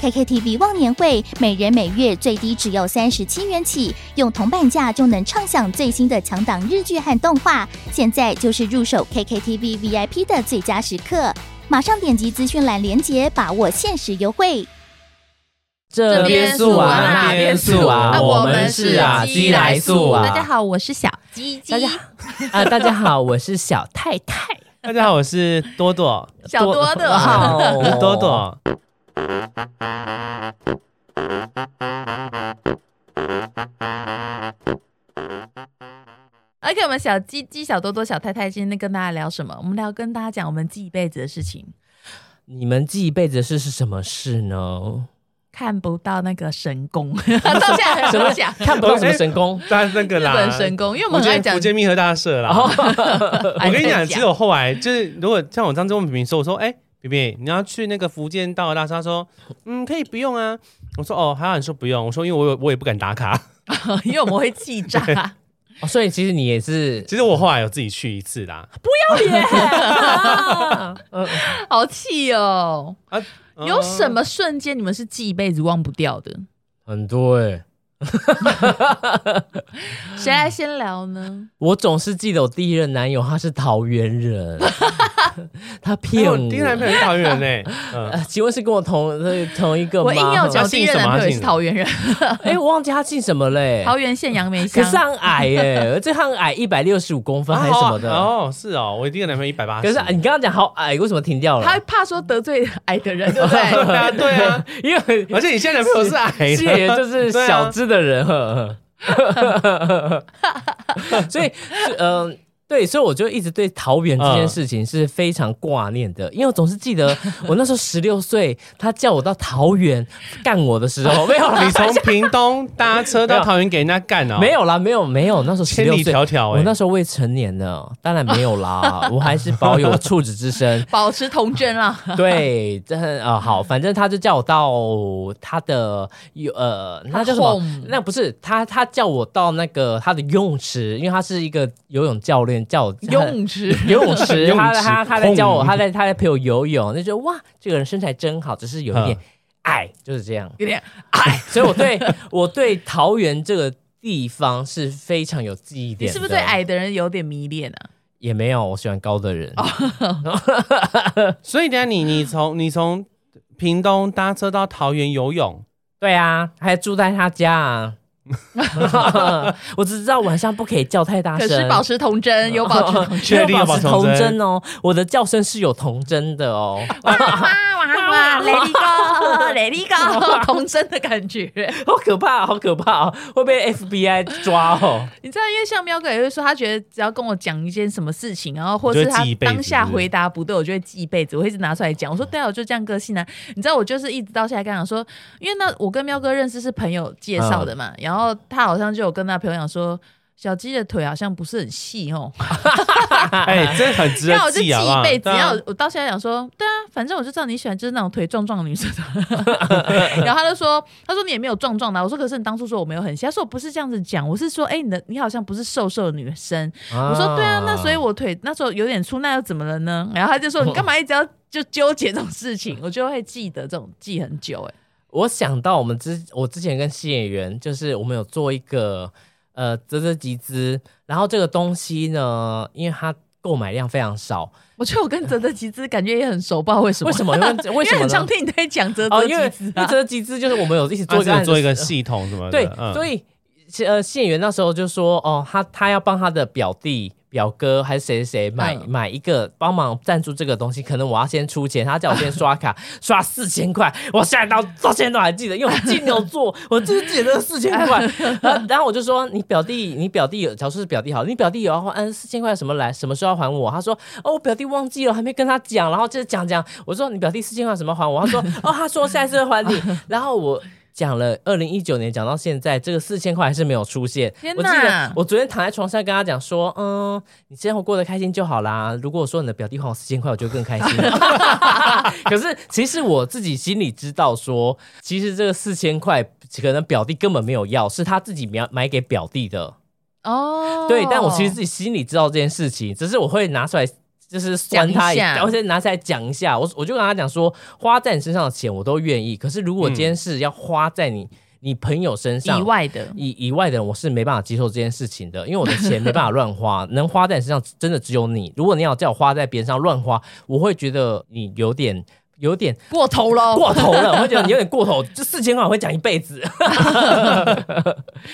KKTV 忘年会每人每月最低只要三十七元起，用铜板价就能畅享最新的强档日剧和动画。现在就是入手 KKTV VIP 的最佳时刻，马上点击资讯栏链接，把握限时优惠。这边素啊，那边素啊，我们是啊，鸡来素啊。大家好，我是小鸡鸡。大家啊，大家好，我是小太太。 大家好，我是多多。小多多，好，多 多。 OK，我们小鸡鸡、小多多、小太太今天跟大家聊什么？我们聊跟大家讲我们记一辈子的事情。你们记一辈子的事是什么事呢？看不到那个神功，到现在还没讲。看不到什么神功？但那个日啦，本神功，因为我们很爱讲哦哎福建密和大社啦。我跟你讲，其实我后来就是，如果像我上次问平平说，我说，哎、平平，你要去那个福建道大沙，他说，嗯，可以不用啊。我说，哦，他说不用。我说，因为我有我也不敢打卡。 因为我们会记账啊。 哦所以其实你也是其实我后来有自己去一次啦。哦好气哦！啊，有什么？么瞬间你们是记一辈子忘不掉的？很多哎、谁来先聊呢？我总是记得我第一任男友他是桃园人， 他骗哎我。我第一男朋友是桃 园人呢、嗯，呃，请问是跟我同呃同一个吗？我硬要讲第一任男朋友也是桃园人，哎、我忘记他姓什么嘞。桃园县杨梅可乡。是很矮耶、而且他很矮，一百六十五公分还是什么的。 哦，是哦，我第一个男朋友一百八可是啊你刚刚讲好矮，为什么停掉了？他怕说得罪矮的人，对不对？ 对啊，对啊，因为而且你现在男朋友是 矮谢爷的，啊就是小只的 人，呵呵所以嗯、呃对，所以我就一直对桃园这件事情是非常挂念的，因为我总是记得我那时候十六岁，他叫我到桃园干我的时候，没有啦你从屏东搭车到桃园给人家干哦，没有啦，没有没有，那时候十千六里岁。迢迢哎、我那时候未成年呢，当然没有啦，我还是保有处子之身。保持童真啦。 对，这很呃好，反正他就叫我到他的游呃，那叫什么 home？那不是他，他叫我到那个他的游泳池，因为他是一个游泳教练，叫我游泳池游泳 池，游泳他池他他在教我， home 他在他在陪我游泳，就觉得哇，这个人身材真好，只是有一点嗯矮，就是这样。有点所以我对我对桃园这个地方是非常有记忆你点的，是不是对矮的人有点迷恋啊？也没有，我喜欢高的人。所以等一下你你从你从屏东搭车到桃园游泳，对啊，还住在他家 啊。 我只知道晚上不可以叫太大可声，是保持童真，有保持童真。确定要要保保持持童童真啊真哦。我的叫声是有童真的哦。哇哇哇，Lady Go，Lady Go，童真的感觉。好可怕，好可怕哦，会被 FBI 抓哦。你知道，因为像喵哥也会说，他觉得只要跟我讲一件什么事情，然后或是你就他会记一辈子当下回答不对，我就会记一辈子，我会一直拿出来讲。嗯我说对啊，我就这样个性啊。你知道，我就是一直到现在跟他讲说，因为那我跟喵哥认识是朋友介绍的嘛，嗯然后他好像就有跟他朋友讲说，小鸡的腿好像不是很细 哦，哎、这很值然后得我就记记好不一好？辈子。对啊然后我到现在讲说，对啊，反正我就知道你喜欢就是那种腿壮壮的女生。啊 然后他就说，他说你也没有壮壮的啊。我说可是你当初说我没有很细，他说我不是这样子讲，我是说，哎、你的你好像不是瘦瘦的女生。我说对啊，那所以我腿那时候有点粗，那又怎么了呢？然后他就说你干嘛一直要就纠结这种事情？我就会记得这种记很久、哎，我想到我们之我之前跟新演员，就是我们有做一个呃啧啧集资，然后这个东西呢，因为它购买量非常少，我觉得我跟泽泽集资感觉也很熟，不知道为什么。为什 么？因为为因什为么很常呢？听你在讲泽哦，泽因为集因资为啊啧，啧集资就是我们有一起做一个啊案是子做一个系统什么的，对，嗯所以呃县员那时候就说，哦，他他要帮他的表弟。表哥还是谁谁谁买、嗯买一个帮忙赞助这个东西，可能我要先出钱，他叫我先刷 卡刷四千块，我现在到到现在都还记得，因为我金牛 座，我就是记得四千块。 然后然后我就说你表弟，你表弟有，假如说是表弟好了，你表弟有要还嗯四千块什么来，什么时候要还我？他说哦我表弟忘记了，还没跟他讲，然后就是讲讲，我说你表弟四千块什么还我？ 他说哦他说下一次会还你，然后我。讲了，二零一九年讲到现在，这个四千块还是没有出现。天我记哪得我昨天躺在床上跟他讲说，嗯，你生活过得开心就好啦。如果说你的表弟还我四千块，我就更开 心 了。可是其实我自己心里知道说，其实这个四千块可能表弟根本没有要，是他自己买买给表弟的。哦，对，但我其实自己心里知道这件事情，只是我会拿出来。就是酸他讲一下然后再拿出来讲一下。我我就跟他讲说，花在你身上的钱我都愿意，可是如果今天是要花在你、你朋友身上嗯以外的，以以外的人，我是没办法接受这件事情的，因为我的钱没办法乱花， 能花在你身上真的只有你。如果你要叫我花在别人上乱花，我会觉得你有点有点过头喽。过头了，我会觉得你有点过头。这四千块我会讲一辈子。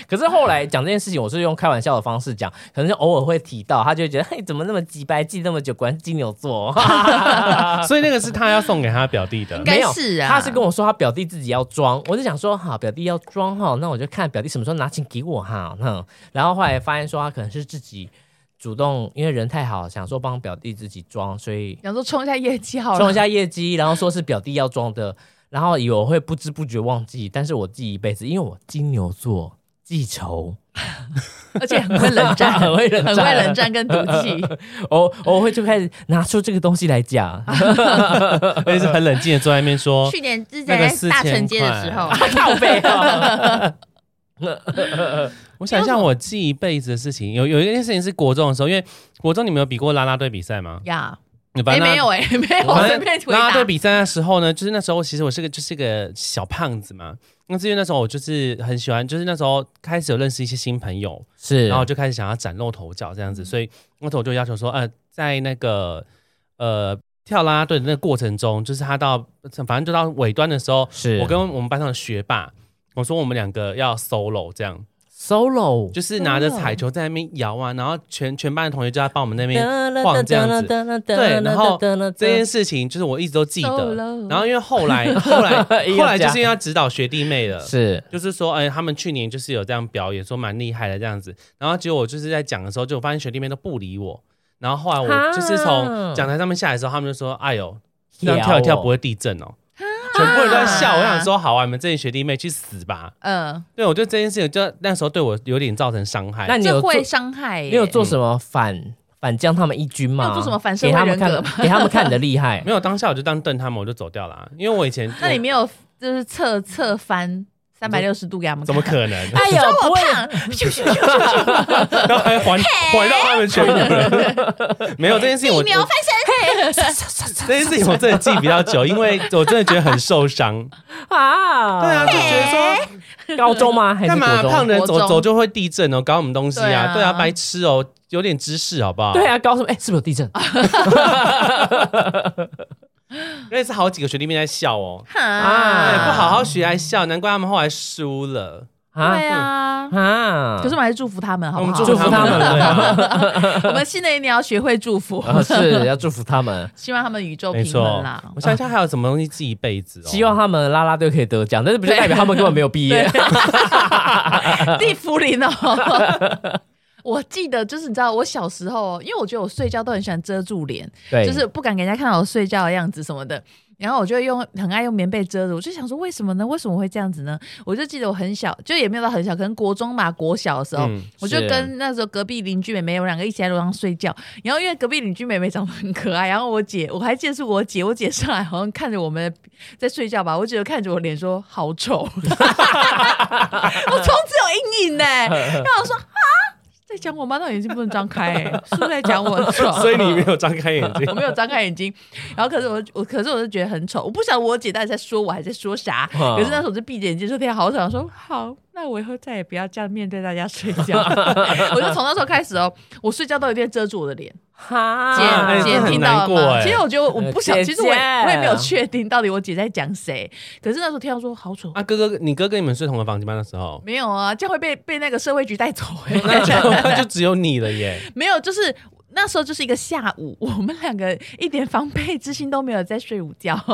可是后来讲这件事情，我是用开玩笑的方式讲，可能就偶尔会提到，他就会觉得嘿，怎么那么几白记那么久，果然是金牛座。哦啊所以那个是他要送给他表弟的应。该没有是啊他是跟我说他表弟自己要装，我就想说好，表弟要装哈，那我就看表弟什么时候拿钱给我哈，嗯，然后后来发现说他可能是自己主动，因为人太好，想说帮表弟自己装，所以想说冲一下业绩好了，装一下业绩，然后说是表弟要装的，然后以为我会不知不觉忘记，但是我记一辈子，因为我金牛座记仇，而且很会冷战， 很会冷战很会冷战跟赌 气。偶偶会就开始拿出这个东西来 讲，我也是很冷静的坐在那边哦说，去年是那个在4000大城街的时候，靠背啊， 哦我想一下，我记一辈子的事情，有有一件事情是国中的时候，因为国中你们有比过啦啦队比赛吗？ 呀，反哎，正没有哎，没有，反我正随便回啦啦答队。比赛的时候呢，就是那时候其实我是个就是个小胖子嘛。那是因为那时候我就是很喜欢，就是那时候开始有认识一些新朋友， 是，然后我就开始想要崭露头角这嗯样子，所以那时候我就要求说，呃，在那个呃跳啦啦队的那个过程中，就是他到反正就到尾端的时候，是我跟我们班上的学霸，我说我们两个要 solo 这样， solo 就是拿哦着彩球在那边摇啊，然后全全班的同学就在帮我们那边晃这样子。对然后这件事情就是我一直 都记得， Solo 然后因为后来后来又后来就讲是因为要指导学弟妹了，是就是说，哎、他们去年就是有这样表演，说蛮厉害的这样子。然后结果我就是在讲的时候，就我发现学弟妹都不理我。然后后来我就是从啊讲台上面下来的时候，他们就说：“哎呦，这样跳一跳不会会地震哦。”全部人都在笑。我想说，好啊，你们这些学弟妹去死吧！嗯，对我对这件事情就那时候对我有点造成伤害。那你有这做会伤害耶。你有嗯做什么反反将他们一军吗？你有做什么反社给会他们人格看吗， 给他们看你的厉害 没有当下我就当瞪他们，我就走掉了啊、因为我以前那你没有就是侧侧翻三百六十度给他们看？我 怎么可能？哎呦，不会， 然后还环环绕他们全部人， 没有这件事情我，疫苗我翻身，这件事情我真的记比较久，因为 我真的觉得很受伤。啊，对啊，就觉得说高中吗？还是啊干嘛国胖中？人国走中走就会地震哦，搞什么东西对啊？啊对啊，白痴哦，有点知识好不好？对，啊，高中哎，是不是有地震？那是好几个学弟妹在笑哦，啊哎，不啊？好好学还笑，难怪他们后来输了。对啊。啊，可是我们还是祝福他们，好我不们好？祝福他们对啊，我们新的一年要学会祝 福，啊是要祝福他们，希望他们宇宙没平衡错啦。。我想一下还有什么东西记一辈子哦？希望他们啦啦队可以得奖，但是不就代表他们根本没有毕 业？ 地茯苓哦。我记得就是你知道，我小时候哦，因为我觉得我睡觉都很喜欢遮住脸，对，就是不敢给人家看到我睡觉的样子什么的。然后我就会用很爱用棉被遮着，我就想说为什么呢？为什么会这样子呢？我就记得我很小，就也没有到很小，可能国中嘛，国小的时候，嗯我就是跟那时候隔壁邻居妹妹，我们两个一起在楼上睡觉。然后因为隔壁邻居妹妹长得很可爱，然后我姐，我还记得是我姐，我姐上来好像看着我们在睡觉吧，我姐就看着我脸说好丑，我从此有阴影呢、然后我说啊，在讲我吗？那眼睛不能张开、欸，是不是在讲我很丑？所以你没有张开眼睛 我，没有张开眼睛，然后可是我我可是我就觉得很丑，我不晓得我姐到底在说我还在说啥，嗯可是那时候我就闭着眼睛说天啊好丑，想说好，那那我以后再也不要这样面对大家睡觉。 我就从那时候开始哦，我睡觉都有点遮住我的脸。姐哎 哈这姐很听到了难过吗？哎其实我觉得我不想，姐姐其实我也我也没有确定到底我姐在讲谁。可是那时候听到说好丑，，啊，哥哥，你哥跟你们睡同个房间吗？那时候 没有啊，这样会被被那个社会局带走、那就欸。那就只有你了耶。没有，就是那时候就是一个下午，我们两个一点防备之心都没有，在睡午觉。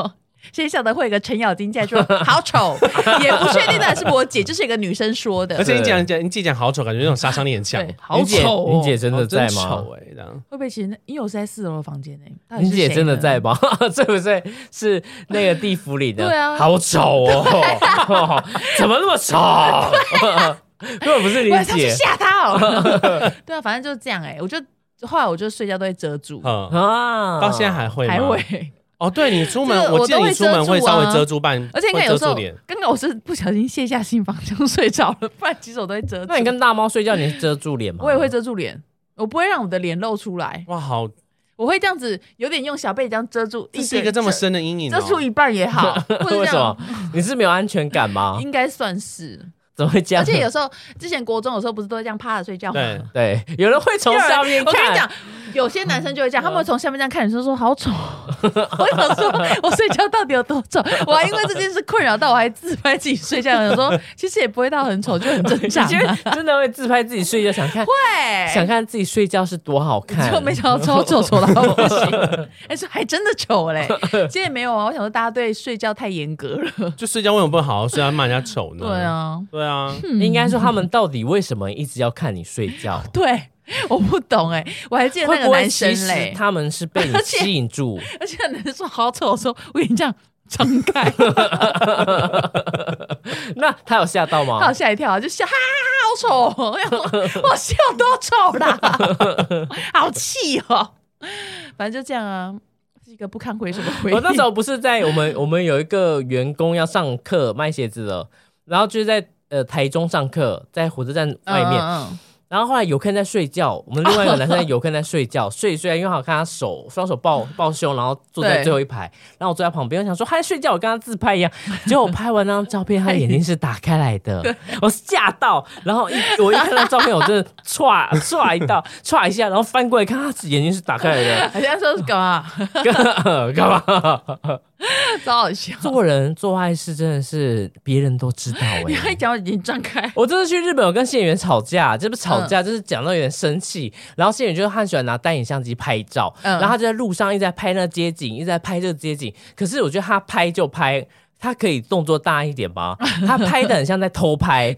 谁晓得会有一个程咬金在说好丑，也不确定的是不是我姐，就是一个女生说的， 而会且你讲讲你姐讲好丑，感觉那种杀伤力很 强。对好你姐丑哦欸你姐真的哦在吗？丑哎，这样。不会其实那因为我是在四楼的房间内、到底你啊是谁姐真的呢在吧？ 是不是是那个地府里的？对啊好丑哦！哦 怎么那么丑？根本不是你我上去姐吓他哦。对啊，反正就是这样哎、我就后来我就睡觉都会遮住，嗯，啊！到现在还会吗还会。哦，对你出门这，个我我记得都你会出门遮会住稍啊微遮住半，而且你会看，有遮时候住脸。刚刚我是不小心卸下心房就睡着了，不然其实我都会遮住。那你跟大猫睡觉，你是遮住脸吗？我 也会遮住脸，我不会让我的脸露出来，哇，好，我会这样子有点用小被这样遮住，这是一个这么遮深的阴影哦遮。住一半也 好，或者为这什样么。？你是没有安全感 吗？应该 算是，怎么会这样？而且有时候之前国中有时候不是都会这样趴着睡觉吗？对，对，有人会从 有人下面我跟你看嗯讲，，有些男生就会这样，他们会从下面这样看你，说说好丑。哦 我想说，我睡觉到底有多丑？我还因为这件事困扰到，我还自拍自己睡觉，想说其实也不会到很丑，就很正 常、你觉啊。得真的会自拍自己睡觉，想看对，想看自己睡觉是多好看，就没想到超丑，丑到不行。 哎、说还真的丑嘞。其实也没有啊，我想说大家对睡觉太严格了。就睡觉为什么不能好好睡，要骂人家丑呢？对，啊，对啊，嗯应该说他们到底为什么一直要看你睡觉？对，我不懂哎、我还记 得那会个不会男生其实嘞，他们是被你吸引住？ 而且那男生说好丑的时候，我跟 你讲。张开， 那他有吓到他吗好？吓一跳啊，就吓，哈哈哈，好丑哦！ 我想说哇，笑多丑啦， 好气哦！反正就这样啊，是一个不堪回首的回忆。哦我那时候不是在我们 我们有一个员工要上课卖鞋子了，然后就是在呃台中上课，在火车站外面，嗯嗯然后后来有客人在睡觉，我们另外一个男生有客人在睡 觉，睡一睡，因为好看他手双手抱抱胸，然后坐在对最后一排，然后我坐在旁边，我想说他在睡觉，我跟他自拍 一样，结果我拍完那张照片，他眼睛是打开来的，我吓到，然后一我一看到照片，我真的唰唰一道唰一下，然后翻过来看，他眼睛是打开来的嗯，，好像说是干嘛，干 干嘛？超好笑。做人做坏事真的是别人都知道哎、你看讲我眼睛张开，我这次去日本，有跟谢演员吵架，这不是嗯吵架，就是讲到有点生气。然后谢演员就是很喜欢拿单眼相机拍照，嗯然后他就在路上一直在拍那街景，一直在拍这个街景。可是我觉得他拍就拍。他可以动作大一点吗？他拍的很像在偷 拍，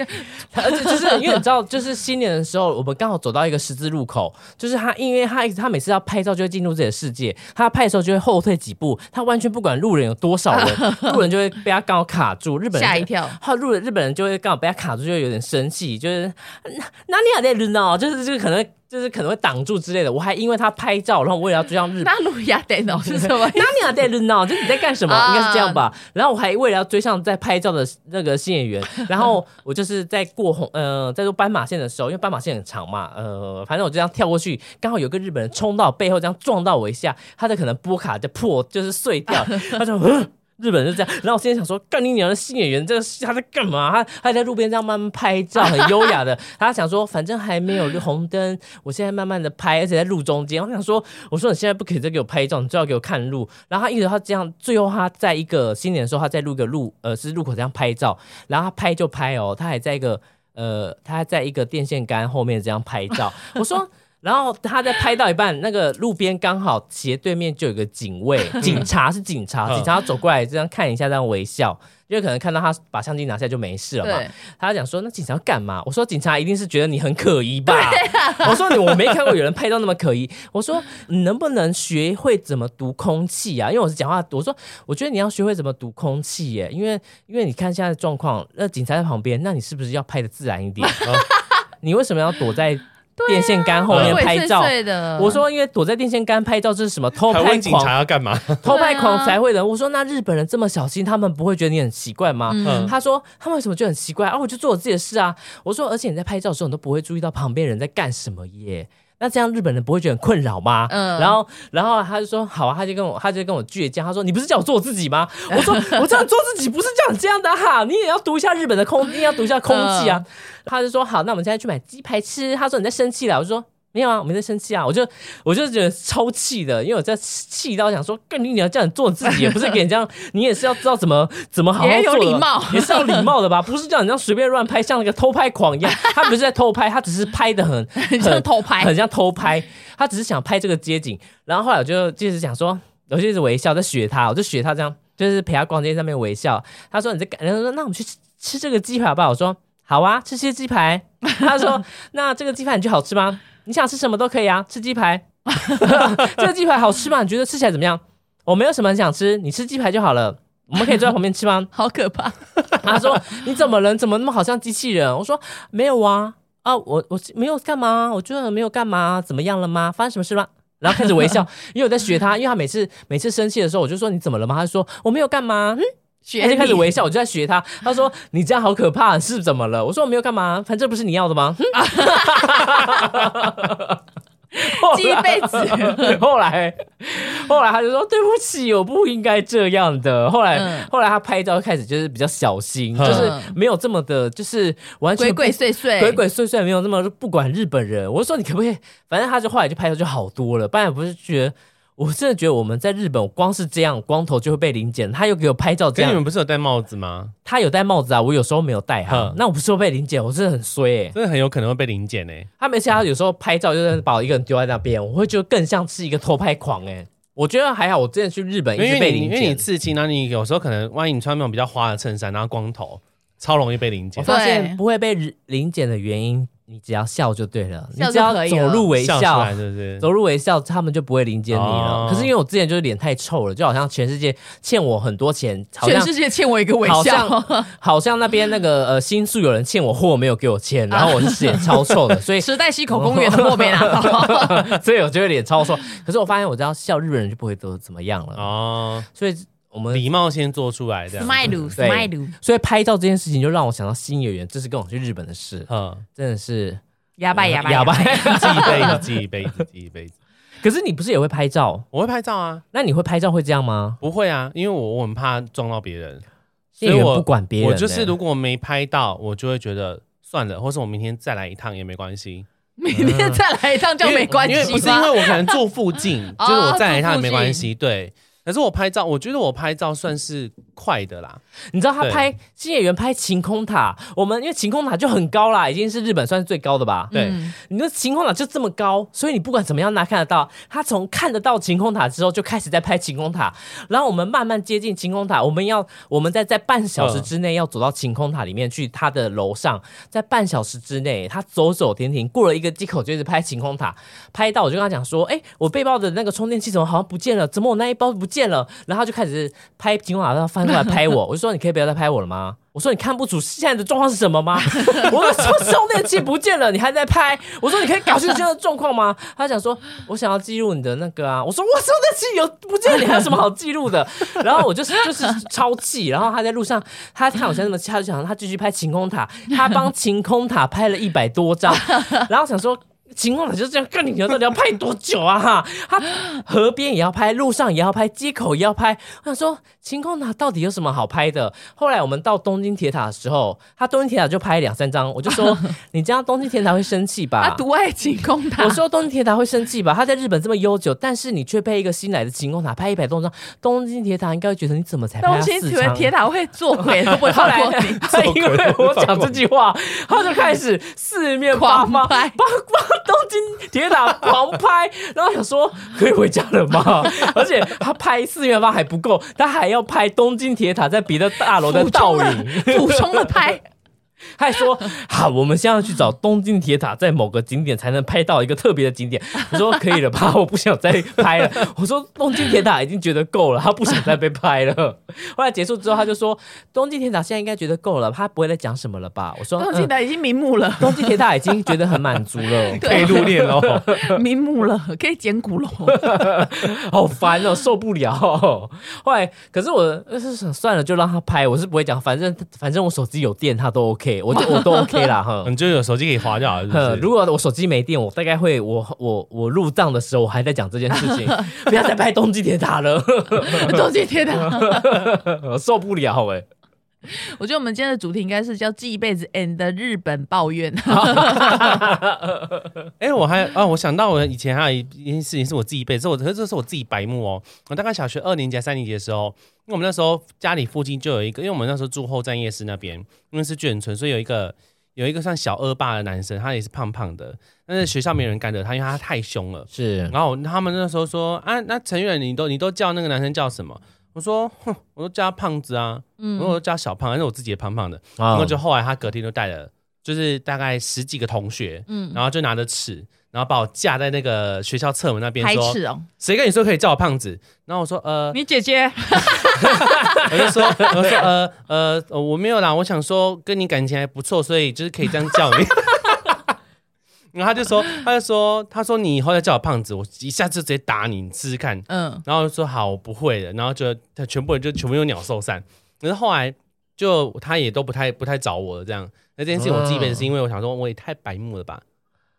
他而且就是因为你知道，就是新年的时候，我们刚好走到一个十字路口，就是他，因为他一直他每次要拍照就会进入自己的世界，他拍的时候就会后退几步，他完全不管路人有多少 人，路人就会被他刚好卡住。日本人吓就一跳。后日日本人就会刚好被他卡住，就会有点生气，就是哪哪里还在轮哦，就是这个可能就是可能会挡住之类的。我还因为他拍照，然后我也要追上日本。？那路亚电脑是什么 哪里还在轮哦，就是你在干什么？啊应该是这样吧。然后我还为了要追上在拍照的那个新演员，然后我就是在过红呃，在做斑马线的时候，因为斑马线很长嘛，呃，反正我就这样跳过去，刚好有个日本人冲到我背后，这样撞到我一下，他的可能波卡就破，就是碎掉，他就。呃日本人就这样，然后我心里想说，干你娘的新演员，这个他在干嘛？他他在路边这样慢慢拍照，很优雅的。 他想说，反正还没有红灯，我现在慢慢的拍，而且在路中间。我想说，我说你现在不可以再给我拍照，你最好给我看路。然后他一直他这样，最后他在一个新年的时候，他在路个路呃是路口这样拍照，然后他拍就拍哦，他还在一个呃他还在一个电线杆后面这样拍照。我说。然后他在拍到一半，那个路边刚好斜对面就有个警卫，警察是警察，嗯警察走过来这样看一下，这样微笑，因为可能看到他把相机拿下就没事了嘛。对，他讲说：“那警察要干嘛？”我说：“警察一定是觉得你很可疑吧？” 我说：“你我没看过有人拍到那么可疑。”我说：“你能不能学会怎么读空气啊？因为我是讲话，我说我觉得你要学会怎么读空气耶，因为因为你看现在的状况，那警察在旁边，那你是不是要拍的自然一点？哦你为什么要躲在电线杆后面鬼拍碎照？”碎的。我说，因为躲在电线杆拍照，这是什么偷还拍问警狂察要 干嘛？偷拍狂对啊才会的。我说那日本人这么小心，他们不会觉得你很奇怪吗？嗯他说他们为什么觉得很奇怪啊？我就做我自己的事啊。我说而且你在拍照的时候，你都不会注意到旁边人在干什么耶。那这样日本人不会觉得很困扰吗？嗯然后然后他就说好啊，他就跟我他就跟我倔强，他说你不是叫我做我自己吗？我 说我这样做自己不是这样这样的啊哈、你也要读一下日本的空，你也要读一下空气嗯啊。他就说好，那我们现在去买鸡排吃。他说你在生气了，我就说。没有啊，我没在生气啊，我就我就觉得超气的，因为我在气到想说，更你要叫你做你自己，也不是给你这样， 你也是要知道怎么怎么好好也要有做的礼貌也是要礼貌的吧，不是叫你这样随便乱拍，像那个偷拍狂一样。他不是在偷拍，他只是拍的很 很像偷拍很像偷拍，他只是想拍这个街景。然后后来我就就是想说，我就一直微笑，在学他，我就学他这样，就是陪他逛街上面微笑。他说你在干，然后说那我们去吃吃这个鸡排吧。我说好啊，吃些鸡排。他说那这个鸡排你觉得好吃吗？你想吃什么都可以啊，吃鸡排。这个鸡排好吃吗？你觉得吃起来怎么样？我没有什么很想吃，你吃鸡排就好了。我们可以坐在旁边吃吗？好可怕！他说：“ 你怎么人怎么那么好像机器人？”我说：“没有啊，啊，我我没有干嘛，我觉得没有干嘛，怎么样了吗？发生什么事吗？”然后开始微笑，因为我在学他，因为他每次每次生气的时候，我就说：“你怎么了吗？”他就说：“我没有干嘛。”嗯，学他就开始你微笑，我就在学他。他说：“你这样好可怕，是怎么了？”我说：“我没有干嘛，反正不是你要的 吗？”嗯记一辈 子。后来，后来他就说：“对不起，我不应该这样的。”后来，嗯后来他拍照开始就是比较小心，嗯就是没有这么的，就是完全鬼不鬼祟祟，鬼鬼祟祟，没有那么不管日本人。我说你可不可以，反正他就后来就拍照就好多了，不然不是觉得。我真的觉得我们在日本，光是这样光头就会被零检，他又给我拍照这可是你样们，不是有戴帽子吗？他有戴帽子啊，我有时候没有戴哈嗯，那我不是会被零检，我真的很衰哎、真的很有可能会被零检欸诶。他每次他有时候拍照就是把我一个人丢在那边，我会觉得更像是一个偷拍狂哎、我觉得还好，我之前去日本一因直为被你零因为你检，刺青，然后你有时候可能万一你穿那种比较花的衬衫，然后光头，超容易被零我哦检。发现对不会被日零检的原因，你只要笑就对了，你笑只就要可以走了路微笑出来是不是？走路微笑，他们就不会临检你了。哦可是因为我之前就是脸太臭了，就好像全世界欠我很多钱，好全像世界欠我一个微好笑。像好像那边那个呃新宿有人欠我货没有给我 签，然后我是脸超臭的，所以时代西口公园的啊货没拿 到，所以我就会脸超臭。可是我发现我只要笑日本人就不会怎怎么样了，哦，所以我们。礼貌先做出来这样。 Smile 对 Smile 所以拍照这件事情就让我想到新演员，这是跟我去日本的事，嗯，真的是哑巴哑巴嗯 哑巴。 哑。记一辈子，记一辈子，记一辈子。可是你不是也会拍照？ 我会拍照啊，那你会拍照会这样吗？不会啊，因为我我很怕撞到别人，所演以员我不管别人、我就是如果没拍到，我就会觉得算了，或是我明天再来一趟也没关系。明天再来一趟就没关因为系不是因吗为？我可能住 附近，哦就是我再来一趟也住附没关系。对，可是我拍照，我觉得我拍照算是快的啦。你知道他对拍新演员拍晴空塔，我们因为晴空塔就很高啦，已经是日本算是最高的吧？对，嗯你的晴空塔就这么高，所以你不管怎么样哪看得到，他从看得到晴空塔之后就开始在拍晴空塔，然后我们慢慢接近晴空塔，我们要我们在在半小时之内要走到晴空塔里面去，它的楼上，在半小时之内，他走走停停，过了一个街口就一直拍晴空塔，拍到我就跟他讲说，哎、我背包的那个充电器怎么好像不见了？怎么我那一包不见了？然后他就开始拍晴空塔，然后翻过来拍我，我就说你可以不要再拍我了吗？我说你看不出现在的状况是什么吗？ 我说充电器不见了，你还在拍？我说你可以搞清楚现在的状况吗？他想说，我想要记录你的那个啊。我说我充电器有不见了，你还有什么好记录的？ 然后我就是就是超气，然后他在路上，他看我现在这么气，他就想他继续拍晴空塔，他帮晴空塔拍了一百多张， 然后想说。晴空塔就这样，跟你聊到底要拍多久啊？哈，他河边也要拍，路上也要拍，街口也要拍。我想说，晴空塔到底有什么好拍的？后来我们到东京铁塔的时候，他东京铁塔就拍两三张，我就 说你这样东京铁啊塔会生气吧？他独啊爱晴空塔啊我，说东京铁塔会生气吧？他在日本这么悠久，但是你却被一个新来的晴空塔拍一百多张，东京铁塔应该会觉得你怎么才拍 东他京四张？啊铁塔会做鬼，都 不会后放来过你。他因为我讲这句话，他就开始四面八方狂拍帮帮东京铁塔狂拍，然后想说可以回家了吗？ 而且他拍四面八方还不够，他还要拍东京铁塔在别的大楼的补倒充影了。，补充了拍，他还说：“好，我们现在要去找东京铁塔，在某个景点才能拍到一个特别的 景点。”我说：“可以了吧？我不想再拍了。”我说：“东京铁塔已经觉得够了，他不想再被拍了。”后来结束之后，他就说：“东京铁塔现在应该觉得够了，他不会再讲什么了吧？”我说：“东京嗯塔已经瞑目 了，东京铁塔已经觉得很满 足了，啊可以入殓喽。瞑目了，可以捡骨龙。好烦哦，受不了、后来，可是我呃是想算了，就让他拍，我是不会讲，反正反正我手机有电，他都 OK OK，我就我都 OK 啦哈。你就有手机可以划就好了，是不哼是， 如果我手机没电，我大概会我我我入账的时候，我还在讲这件事情， 不要再拍冬季铁塔了， 都今天的。我受不了哎、 我觉得我们今天的主题应该是叫“记一辈子 and 日本抱怨”，哎、我还啊，我想到我以前还有一一件事情是我自己背，这我可是这是我自己白目哦。我大概小学二年级、还是三年级的时候，因为我们那时候家里附近就有一个，因为我们那时候住后站夜市那边，因为是眷村，所以有一个有一个算小恶霸的男生，他也是胖胖的，但是学校没有人敢惹他，因为他太凶了。是然后他们那时候说啊，那陈远你都你都叫那个男生叫什么？我说哼，我都叫他胖子啊，我嗯，都叫他小胖，但是我自己也胖胖的。然啊后就后来他隔天就带了，就是大概十几个同学，嗯嗯，然后就拿着尺，然后把我架在那个学校侧门那边排说斥，哦，谁跟你说可以叫我胖子？然后我说 呃，你姐姐，我就说我就说呃呃呃我没有啦，我想说跟你感情还不错，所以就是可以这样叫你。 然后他就说，他就说，他说你以后再叫我胖子，我一下就直接打你，你试试看。嗯，然后就说好，我不会的，然后就他全部人就全部又鸟兽散。可是后来就他也都不太不太找我了，这样。那这件事情我记得嗯是因为我想说我也太白目了吧，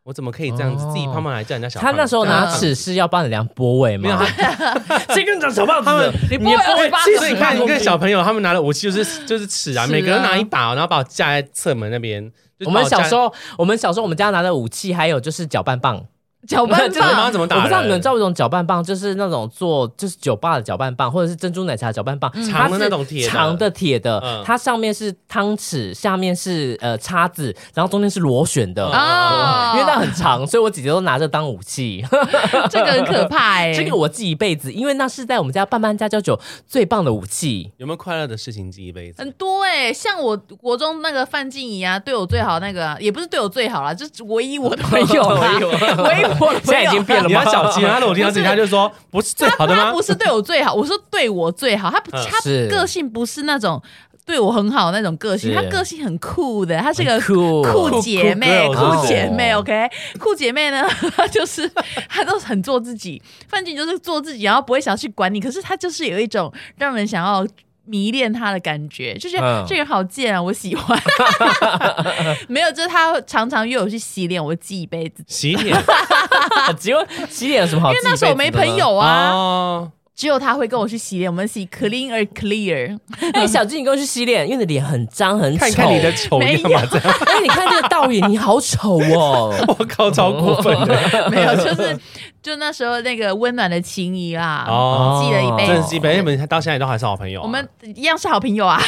我怎么可以这样子、哦自己胖胖来叫人家小他胖子？那时候拿嗯尺是要帮你量波位啊没有啊吗？ 他，谁跟你讲小胖他们你不会二十八所以你 看，你看小朋友他们拿的武器就是就是尺啊，是啊每个人拿一把，然后把我架在侧门那边。就我把们小架时候，我们小时候，我们家拿的武器还有就是搅拌棒。 搅拌我妈棒，怎么打我不人？知道你们知道那种搅拌棒，就是那种做就是酒吧的搅拌棒，或者是珍珠奶茶的搅拌棒，嗯它长的是那种铁的长的铁的嗯，它上面是汤匙，下面是呃叉子，然后中间是螺旋的。嗯啊，因为那很长，所以我姐姐都拿着当武 器。这个很可 怕哎，这个我记一辈子，因为那是在我们家半半家酒酒最棒的武器。有没有快乐的事情记一辈 子？很多哎、像我国中那个范静怡啊，对我最好那个啊、也不是对我最好啦，就是唯一我的朋友啦， 唯一我的现在朋已经友。变了你吗要？小心啊！ 他如果听到这里，他就说不是最好 的他吗不？是对我最好，我说对我最好，他不嗯他是个性不是那种对我很好那种个性，是他个性很酷的，他是个酷酷姐妹，酷酷，girl 酷姐妹哦，OK，酷姐妹呢， 她就是她都很做自己，范进就是做自己，然后不会想去管你，可是她就是有一种让人想要。迷恋她的感觉，就觉得嗯这个人好贱啊，我喜欢。没有，就是她常常约我去洗脸，我记一辈子，洗脸 请问洗脸有什么好因记一辈为子的呢？那时候我没朋友啊，哦。只有她会跟我去洗脸，我们洗 clean or clear。哎、小静，你跟我去洗脸，因为你的脸很脏很丑。看 看你的，丑没样有嘛，这样哎，你看这个倒影，你好丑哦。我靠，超过分的没有，就是就那时候那个温暖的情谊啦， 哦记了一辈真子的。是，本来你们到现在都还是好朋友啊。啊哎我们一样是好朋友啊，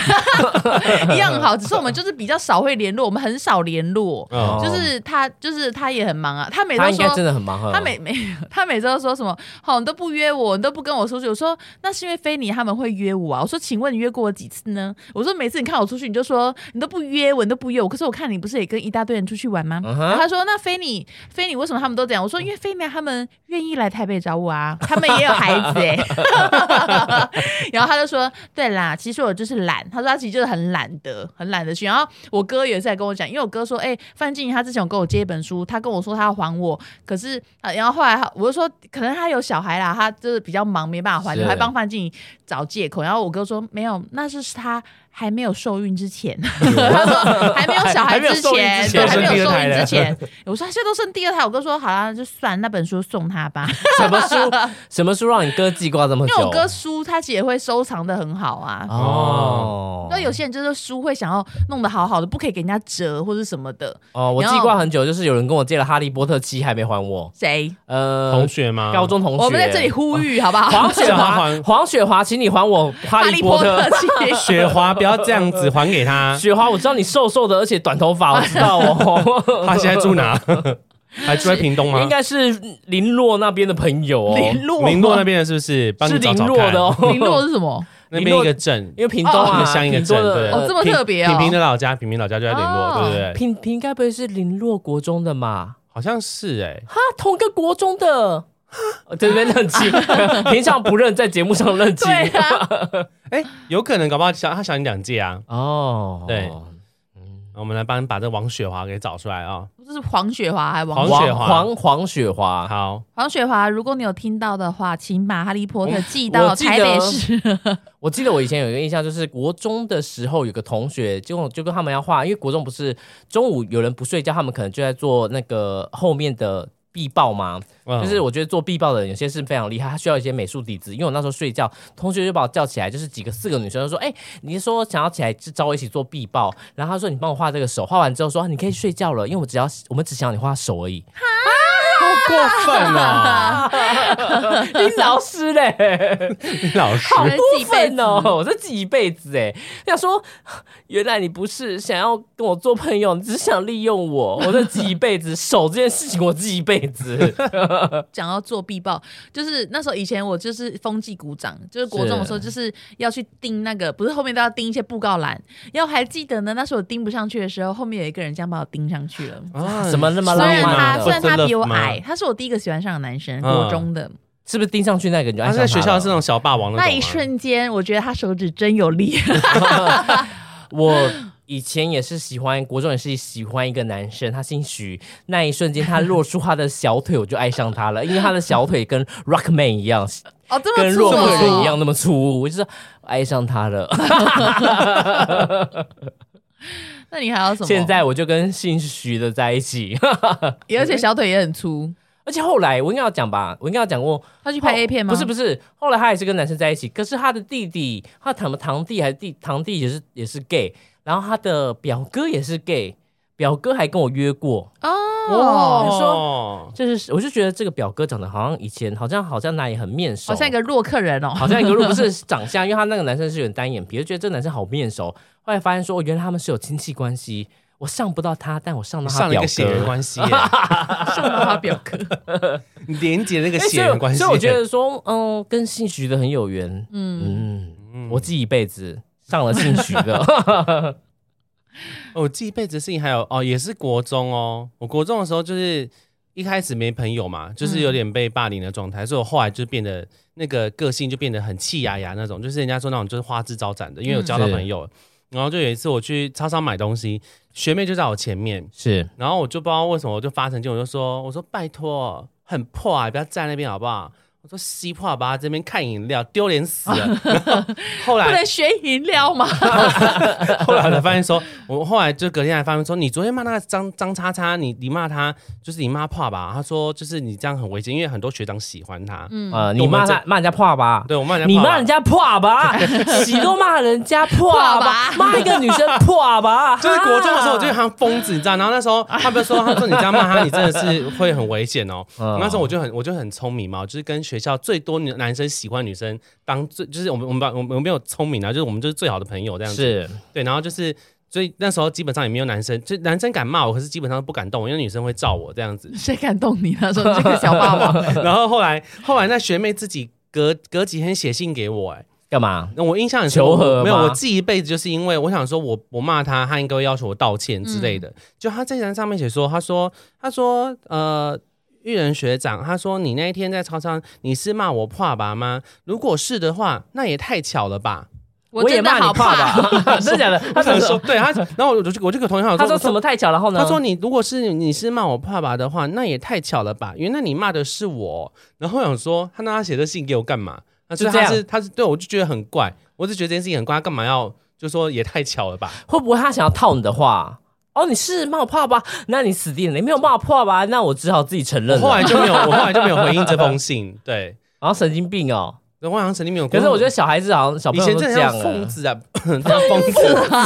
一样好，只是我们就是比较少会联络，我们很少联络。嗯哦就是他，就是他也很忙啊，他每他周应该真说。的很忙哈。他每每他每周都说什么？好，你都不约我，你都不跟我出去。我说那是因为菲尼他们会约我啊。我说，请问你约过我几次呢？我说每次你看我出去，你就说你都不约我，你都不约我。可是我看你不是也跟一大堆人出去玩吗？嗯然后哼，他说：“那菲尼，菲尼为什么他们都这样？”我说：“因为菲尼他们愿意来台北找我啊，他们也有孩 子哎、然后他就说：“对啦，其实我就是懒。”他说他其实就是很懒得，很懒得去。然后我哥有一次还跟我讲，因为我哥说：“哎、范静怡他之前有跟我借一本书，他跟我说他要还我，可是、呃、然后后来他我就说可能他有小孩啦，他就是比较忙没办法还，是我还帮范静怡找借口。”然后我哥说：“没有，那是他。”还没有受孕之前， 他说还没有小孩还没有之受孕前，之对前还没有生第二受胎孕了之前，我说他啊现在都生第二胎，我哥说好啦，就算那本书送他 吧， 什么 书？什么书让你哥记挂这么因久？为我哥书他其实也会收藏的很好啊。哦，那有些人就是书会想要弄得好好的，不可以给人家折或者什么的。哦，我然后记挂很久，就是有人跟我借了《哈利波特》七还没还我。谁？呃，同学啊吗？高中同学，我们在这里呼吁好不好？黄 雪是华，还黄雪华，请你还我《哈利波特》。哈利波特雪华，不要这样子，还给他 雪华，我知道你瘦瘦的，而且短头发，我知道哦。 他现在 住哪？还住在屏东吗应？该是林洛那边的朋友哦，林洛，林洛那边的是不是？帮是你找林找洛看的哦，林洛是什么？那边一个镇，因为屏东啊，很像一个屏东镇，的对。哦这么平特别哦平平的老家，平平老家就在林哦洛，对不对？平平该不会是林洛国中的嘛？好像是哎，哈，同个国中的，呃在这边认亲，平常不认，在节目上认亲。 对啊，哎，有可能搞不好小他小你两届啊。哦，对，我们来帮你把这王雪华给找出来啊、 这是黄雪华还是王黄雪雪华黄黄雪华，好，黄雪华？如果你有听到的话，请把《哈利波特》寄哦我到记得台 北市。我记得我以前有一个印象，就是国中的时候有个同学，结果就跟他们要画，因为国中不是中午有人不睡觉，他们可能就在做那个后面的壁报嘛。嗯就是我觉得做壁报的人有些是非常厉害，他需要一些美术底子。因为我那时候睡觉，同学就把我叫起来，就是几个四个女生就说：“哎、你说想要起来找我一起做壁报？”然后他说：“你帮我画这个手。”画完之后说啊：“你可以睡觉了，因为我只要我们只想要你画手而 已。好过分哦，”你老师嘞， 老师好这是过几辈分子哦！我这记一辈子哎，想说原来你不是想要跟我做朋友，你只是想利用我。我这记一辈子，手这件事情我记一辈子。 讲到做壁报，就是那时候以前我就是风纪股长，就是国中的时候就是要去盯那个，不是后面都要盯一些布告栏。然后还记得呢，那时候我盯不上去的时候，后面有一个人这样把我盯上去了。啊怎么那么虽浪然漫哦他的虽然他比我 Love 吗矮，他是我第一个喜欢上的男生，嗯国中的是不是盯上去那个人就爱他上在学校了是那种小霸王啊那种一吗瞬间，我觉得他手指真有力。我以前也是喜欢，国中也是喜欢一个男生，他姓许。那一瞬间，他露出他的小腿，我就爱上他了，因为他的小腿 跟 Rockman 一样，哦， 这跟么粗洛克人一哦！样那么粗，我就是爱上他了。那你还要什么？现在我就跟姓许的在一起， 而且小腿也很粗。哦而且后来我应该要讲吧，我应该要讲过他去拍 A 片吗？不是不是，是，后来他也是跟男生在一起，可是他的弟弟，他堂堂弟还是弟堂弟也是也是 gay，然后他的表哥也是 gay，表哥还跟我约过。哦，你说就是我就觉得这个表哥长得好像以前好像好像哪里很面熟，好像一个洛克人哦。 好像一个如果不是长相，因为他那个男生是有点单眼皮，就觉得这个男生好面熟。后来发现说，哦原来他们是有亲戚关系，我上不到他，但我上到他上了一表个血缘哥。关系耶，上到他表哥， 你连接那个哎血缘关系耶，所以我觉得说，嗯，跟姓徐的很有缘，嗯，嗯，嗯我记一辈子上了姓徐的， 哦我记一辈子的事情还有哦，也是国中哦。我国中的时候就是一开始没朋友嘛，就嗯是有点被霸凌的状态，所以我后来就变得那个个性就变得很气牙牙那种，就是人家说那种就是花枝招展的，嗯因为有交到朋友。然后就有一次我去超商买东西，学妹就在我前面，是然后我就不知道为什么我就发神经，我就说我说拜托，很破啊，不要站那边好不好？我说西破吧，这边看饮料丢脸死 了。然后后不来能学饮料吗？ 后来我才发现说，我后来就隔天才发现说，你昨天骂那个张张叉叉，你你骂他就是你骂怕吧？他说就是你这样很危险，因为很多学长喜欢他。嗯呃，你骂他骂人家破吧。对我骂人家你怕吧，骂人家破吧， 喜都骂人家破吧， 破吧骂一个女生破吧， 就是国中的时候，我啊 就好像疯子，你知道？然后那时候他们说，他说你这样骂他，你真的是会很危险哦。嗯那时候我就很我就很聪明嘛，我就是跟学校最多女男生喜欢女生当最，就是我们我们把我们我们没有聪明啊，就是我们就是最好的朋友这样子。是对，然后就是。所以那时候基本上也没有男生，就男生敢骂我，可是基本上不敢动我，因为女生会照我这样子。 谁敢动你？他说这个小霸王，然后后来后来那学妹自己隔隔几天写信给我、哎，干嘛？那我印象很深求和我没有，吗我记一辈子就是因为我想说我我骂他，他应该会要求我道歉之类的。就他这张上面写说，他说他说呃。玉人学长，他说你那一天在操场，你是骂我怕吧吗？如果是的话，那也太巧了吧。也真的骂你好怕怕。吧， 真的 假的？他他怎啊么想说，说？对他，然后我就我就跟同学讲他说什么太巧，然后呢？他说：“你如果是你你是骂我爸爸的话，那也太巧了吧？原来你骂的是我。”然后我想说，他那他写这信给我干嘛？他就说这他样是他是对我就觉得很怪，我只觉得这件事情很怪，他干嘛要就说也太巧了吧？会不会他想要套你的话？哦，你是冒泡吧？那你死定了！你没有冒泡吧？那我只好自己承我认了。后来就没有，我后来就没有回应这封信。对，然后神经病哦。然后我好像神经没有。可是我觉得小孩子好像小以朋友前都真这的样像疯哎。子啊， 疯子，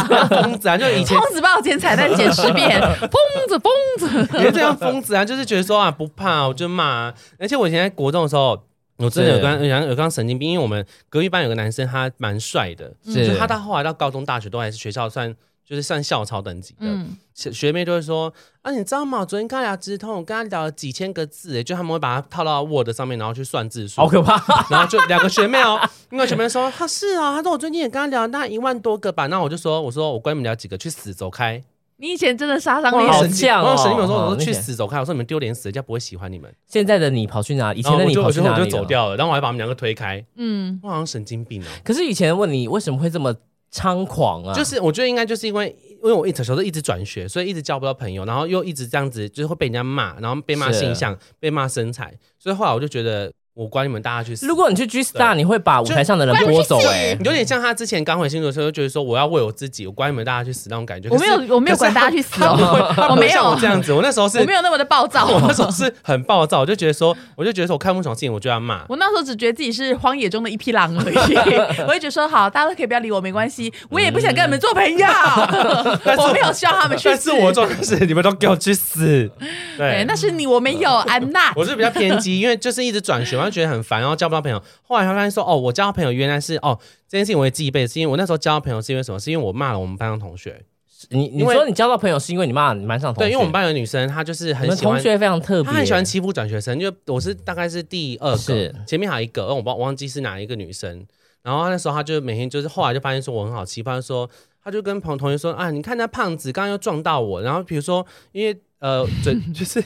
像疯子啊，就以前疯子把我剪彩蛋剪十 遍，疯子疯子，你就这样疯子啊，就是觉得说啊不怕、我就骂、啊。而且我以前在国中的时候，我真的有跟有跟有跟神经病，因为我们隔壁班有个男生，他蛮帅的，是就是他到后来到高中、大学都还是学校算就是算校草等级的。嗯，学学妹就会说啊，你知道吗？我昨天跟他聊直通，我跟他聊了几千个字，哎，就他们会把它套到 Word 上面，然后去算字数好。可怕！ 然后就两个学妹哦，另外学妹说他是啊，他说我最近也跟他聊那一万多个吧，那我就说我说我管你们聊几个，去死走开。你以前真的杀伤力哇我好神经，犟哦我神经病，我说哦我说那去些死走开，我说你们丢脸死，人家不会喜欢你们。现在的你跑去哪？以以前的我你就跑我去就我哪就里啊走了？掉了，然后我还把我们两个推开，嗯，我好像神经病哦。可是以前问你为什么会这么猖狂啊？就是我觉得应该就是因为为我一直小时候一直转学，所以一直交不到朋友，然后又一直这样子，就是会被人家骂，然后被骂是形象，被骂身材，所以后来我就觉得我管你们大家去死。如果你去 G Star，你会把舞台上的人拨走哎、有点像他之前刚回新竹的时候，就觉得说我要为我自己，我管你们大家去死那种感觉。我没有，我没有管大家去死哦，我我没有，像我这我样子，我那时候是，没有那么的暴躁。 我那时候是很暴躁，我就觉得说，我就觉得说我看不爽事情我就要骂。我那时候只觉得自己是荒野中的一匹狼而已， 我也觉得说好，大家都可以不要理我，没关系，我也不想跟你们做朋友， 但是我没有希望他们去 但死。是我做的是你们都给我去死。对，对，那是你，我没有，I'm not。我是比较偏激，因为就是一直转学，然后觉得很烦，然后交不到朋友。后来才发现说，哦，我交到朋友原来是哦这件事情我也记一辈子，是因为我那时候交到朋友是因为什么？是因为我骂了我们班上同学。你你因为说你交到朋友是因为你骂你班上同学，对，因为我们班有女生，她就是你很们喜欢同。学非常特别，她很喜欢欺负转学生，因为我是大概是第二个是，前面还有一个，哦而我忘忘记是哪一个女生。然后那时候她就每天就是，后来就发现说我很好欺负，她就说她就跟朋同学说啊，你看那胖子刚刚又撞到我。然后比如说，因为呃，嘴 就是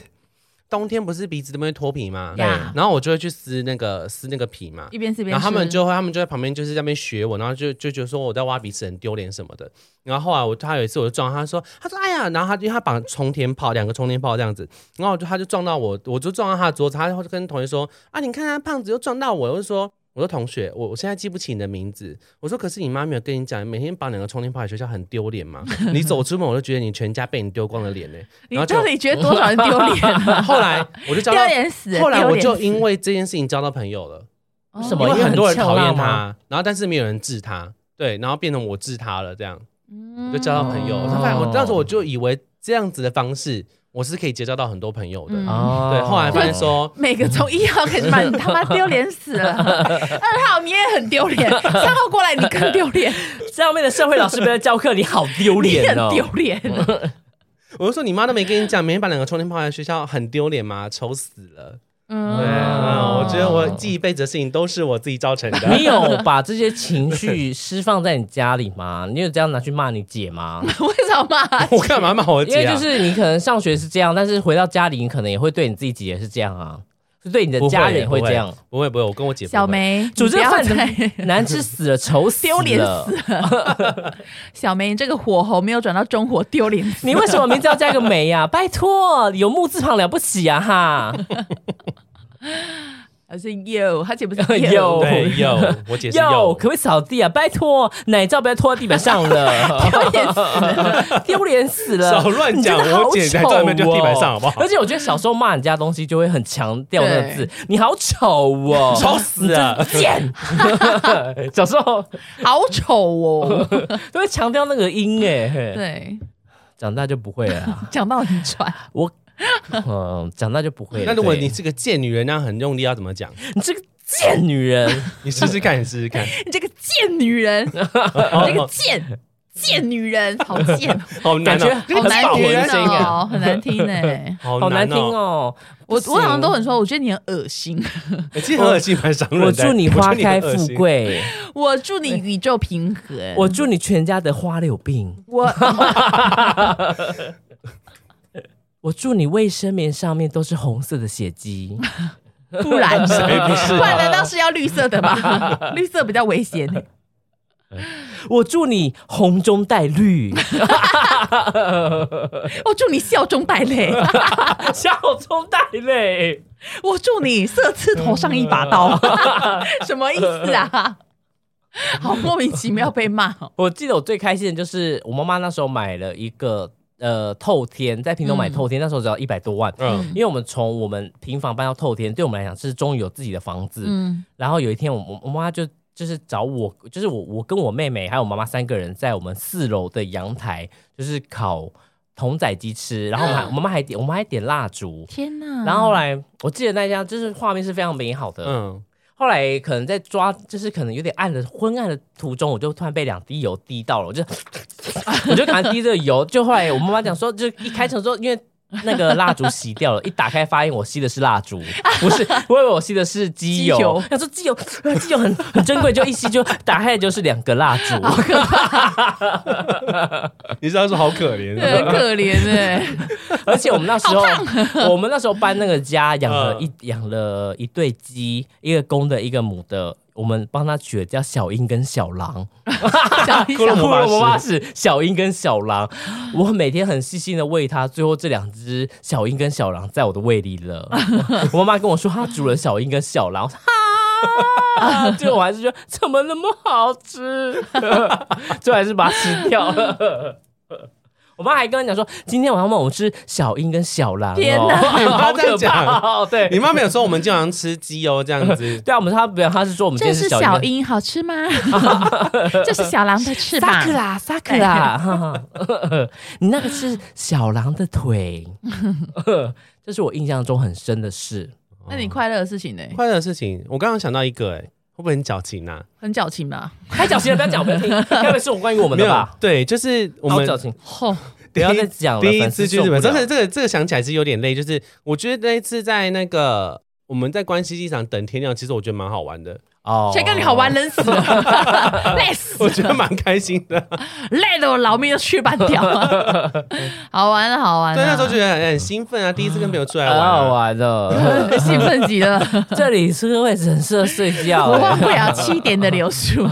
冬天不是鼻子都会脱皮嘛，呀然后我就会去撕那个撕那个皮嘛，一边是一边然吃，后他们就会他们就在旁边就是在那边学我，然后就就觉得说哦我在挖鼻屎很丢脸什么的。然后后来我他有一次我就撞他说他说哎呀，然后他因为他绑冲天炮两个冲天炮这样子，然后我就他就撞到我，我就撞到他的桌子，他就跟同学说啊你看他胖子又撞到我，我就说。我说同学，我我现在记不起你的名字。我说可是你妈没有跟你讲，每天绑两个冲天炮在学校很丢 脸嘛。你走出门我就觉得你全家被你丢光了脸呢、你然后就到底觉得多少人丢 脸？啊后来我就交丢到，脸死！后来我就丢脸死因为这件事情交到朋友了。哦什因么为很多人讨因为厌很呛辣他吗，然后但是没有人治他，对，然后变成我治他了，这样就交到朋友。嗯他发现我那时候我就以为这样子的方式，我是可以结交到很多朋友的。嗯哦，对，后来发现 说，每个从一号开始骂你他妈丢脸死 了，二号你也很丢脸，三号过来你更丢 脸，上面的社会老师不在教课，你好丢你脸很哦，丢脸。 我就说你妈都没跟你讲，每天把两个充电炮在学校很丢脸吗？丑死了。嗯对，嗯，我觉得我记一辈子的事情都是我自己造成 的。你有把这些情绪释放在你家里吗？ 你有这样拿去骂你姐 吗？为什么？我干嘛骂我因姐为啊？就是你可能上学是这样，但是回到家里，你可能也会对你自己姐是这样啊，就对你的不家人也会会这样。，不会不会，我跟我姐不会小梅，煮你这个不要饭怎么再 难吃死了，愁 死了，丢脸死小梅，你这个火候没有转到中火，丢脸死！你为什么名字要加个梅呀、拜托，有木字旁了不起啊哈！还是 you，他姐不是 Yo 有对有，我姐是 哟，有哦可不可以扫地啊？拜托，奶罩不要拖到地板上 了，丢脸死了，少乱讲你真的好我姐奶罩有没有丢地板上好不好丑哦而且我觉得小时候骂人家东西就会很强调那个字，你好丑哦，丑死了。贱， 小时候好丑哦。都会强调那个音哎，嘿对，长大就不会了 啊，讲到很喘，我。嗯，长大就不会了。那如果对你是个贱女人，那很用力要怎么讲？你这个贱女人，你试试看，你试试 看。你这个贱女人，你哦这 个贱贱女人，好贱，好难感觉哦，好难爆听文声啊，哦，很难听 呢。好好难听哦。哦。我不行我好像都很说，我觉得你很恶心。欸其实很恶心，蛮伤人的。我祝你觉得花很开恶富心，贵，我祝你宇宙平和。我祝你全家的花柳病，我我祝你卫生棉上面都是红色的血迹。不然呢谁不是 啊不然难道是要绿色的吗？绿色比较危险呢。我祝你红中带绿，,我祝你笑中带泪， 笑中带泪。我祝你色刺头上一把刀， 什么意思啊？嗯 好莫名其妙被骂哦。我记得我最开心的就是我妈妈那时候买了一个呃透天，在屏东买透天，那时候只要一百多万。嗯，因为我们从我们平房搬到透天，对我们来讲是终于有自己的房子。嗯，然后有一天我，我我妈就就是找我，就是我我跟我妹妹还有我妈妈三个人在我们四楼的阳台，就是烤童仔鸡吃，然后我们还、我妈妈还点我们还点蜡烛。天哪！然后后来，我记得那家就是画面是非常美好的。嗯，后来可能在抓，就是可能有点暗的昏暗的途中，我就突然被两滴油滴到了，我就 我就赶快滴这个油。就后来我妈妈讲说，就一开始说，因为那个蜡烛熄掉了，一打开发现我吸的是蜡烛，不是，我以为我吸的是机机油油。她说机油，机油很很珍贵，就一吸就打开的就是两个蜡烛。你知道说好可怜，哦对很可怜哎， 而且我们那时候， 我们那时候搬那个家，养了一养了一对鸡，一个公的，一个母的，我们帮他取了叫小鹰跟小狼，小 骷髅魔魔法法使小鹰跟小狼，我每天很细心的喂它，最后这两只小鹰跟小狼在我的胃里 了。我妈妈跟我说，她煮了小鹰跟小狼，我说 哈，最后我还是觉得怎么那么好吃， 最后还是把它吃掉 了。我妈还跟我讲说，今天晚上我们吃小鹰跟小狼、哦，天哪 妈好可这样怕哦！对，。你妈没有说我们经常吃鸡哦，这样子对啊，我们他不要，他是说我们今这天是是小鹰。鹰，好吃 吗？这是小狼的翅膀萨。克啦，萨克啦，哎哈哈你那个是小狼的腿， 这是我印象中很深的事。那你快乐的事情呢？快乐的事情，我刚刚想到一个、哎，会不会很矫情啊？很矫情吧？开脚先不要讲，我们听，该不会是我关于我们的吧？对，就是我好们矫情，吼，不要再讲了。第一粉次丝去受日不了本，真的这个这个想起来是有点累，就是我觉得那一次在那个我们在关西机场等天亮，其实我觉得蛮好玩的， 哦谁跟你好玩，冷死 了，累死我了，觉得蛮开心 的。累的我老命都去半 条。好玩，好玩啊，对，那时候觉得很很兴奋啊，第一次跟朋友出来玩很好啊、玩的。 兴奋极了，哦这里是个位置很适合睡觉我忘欸。不了七点的流 速，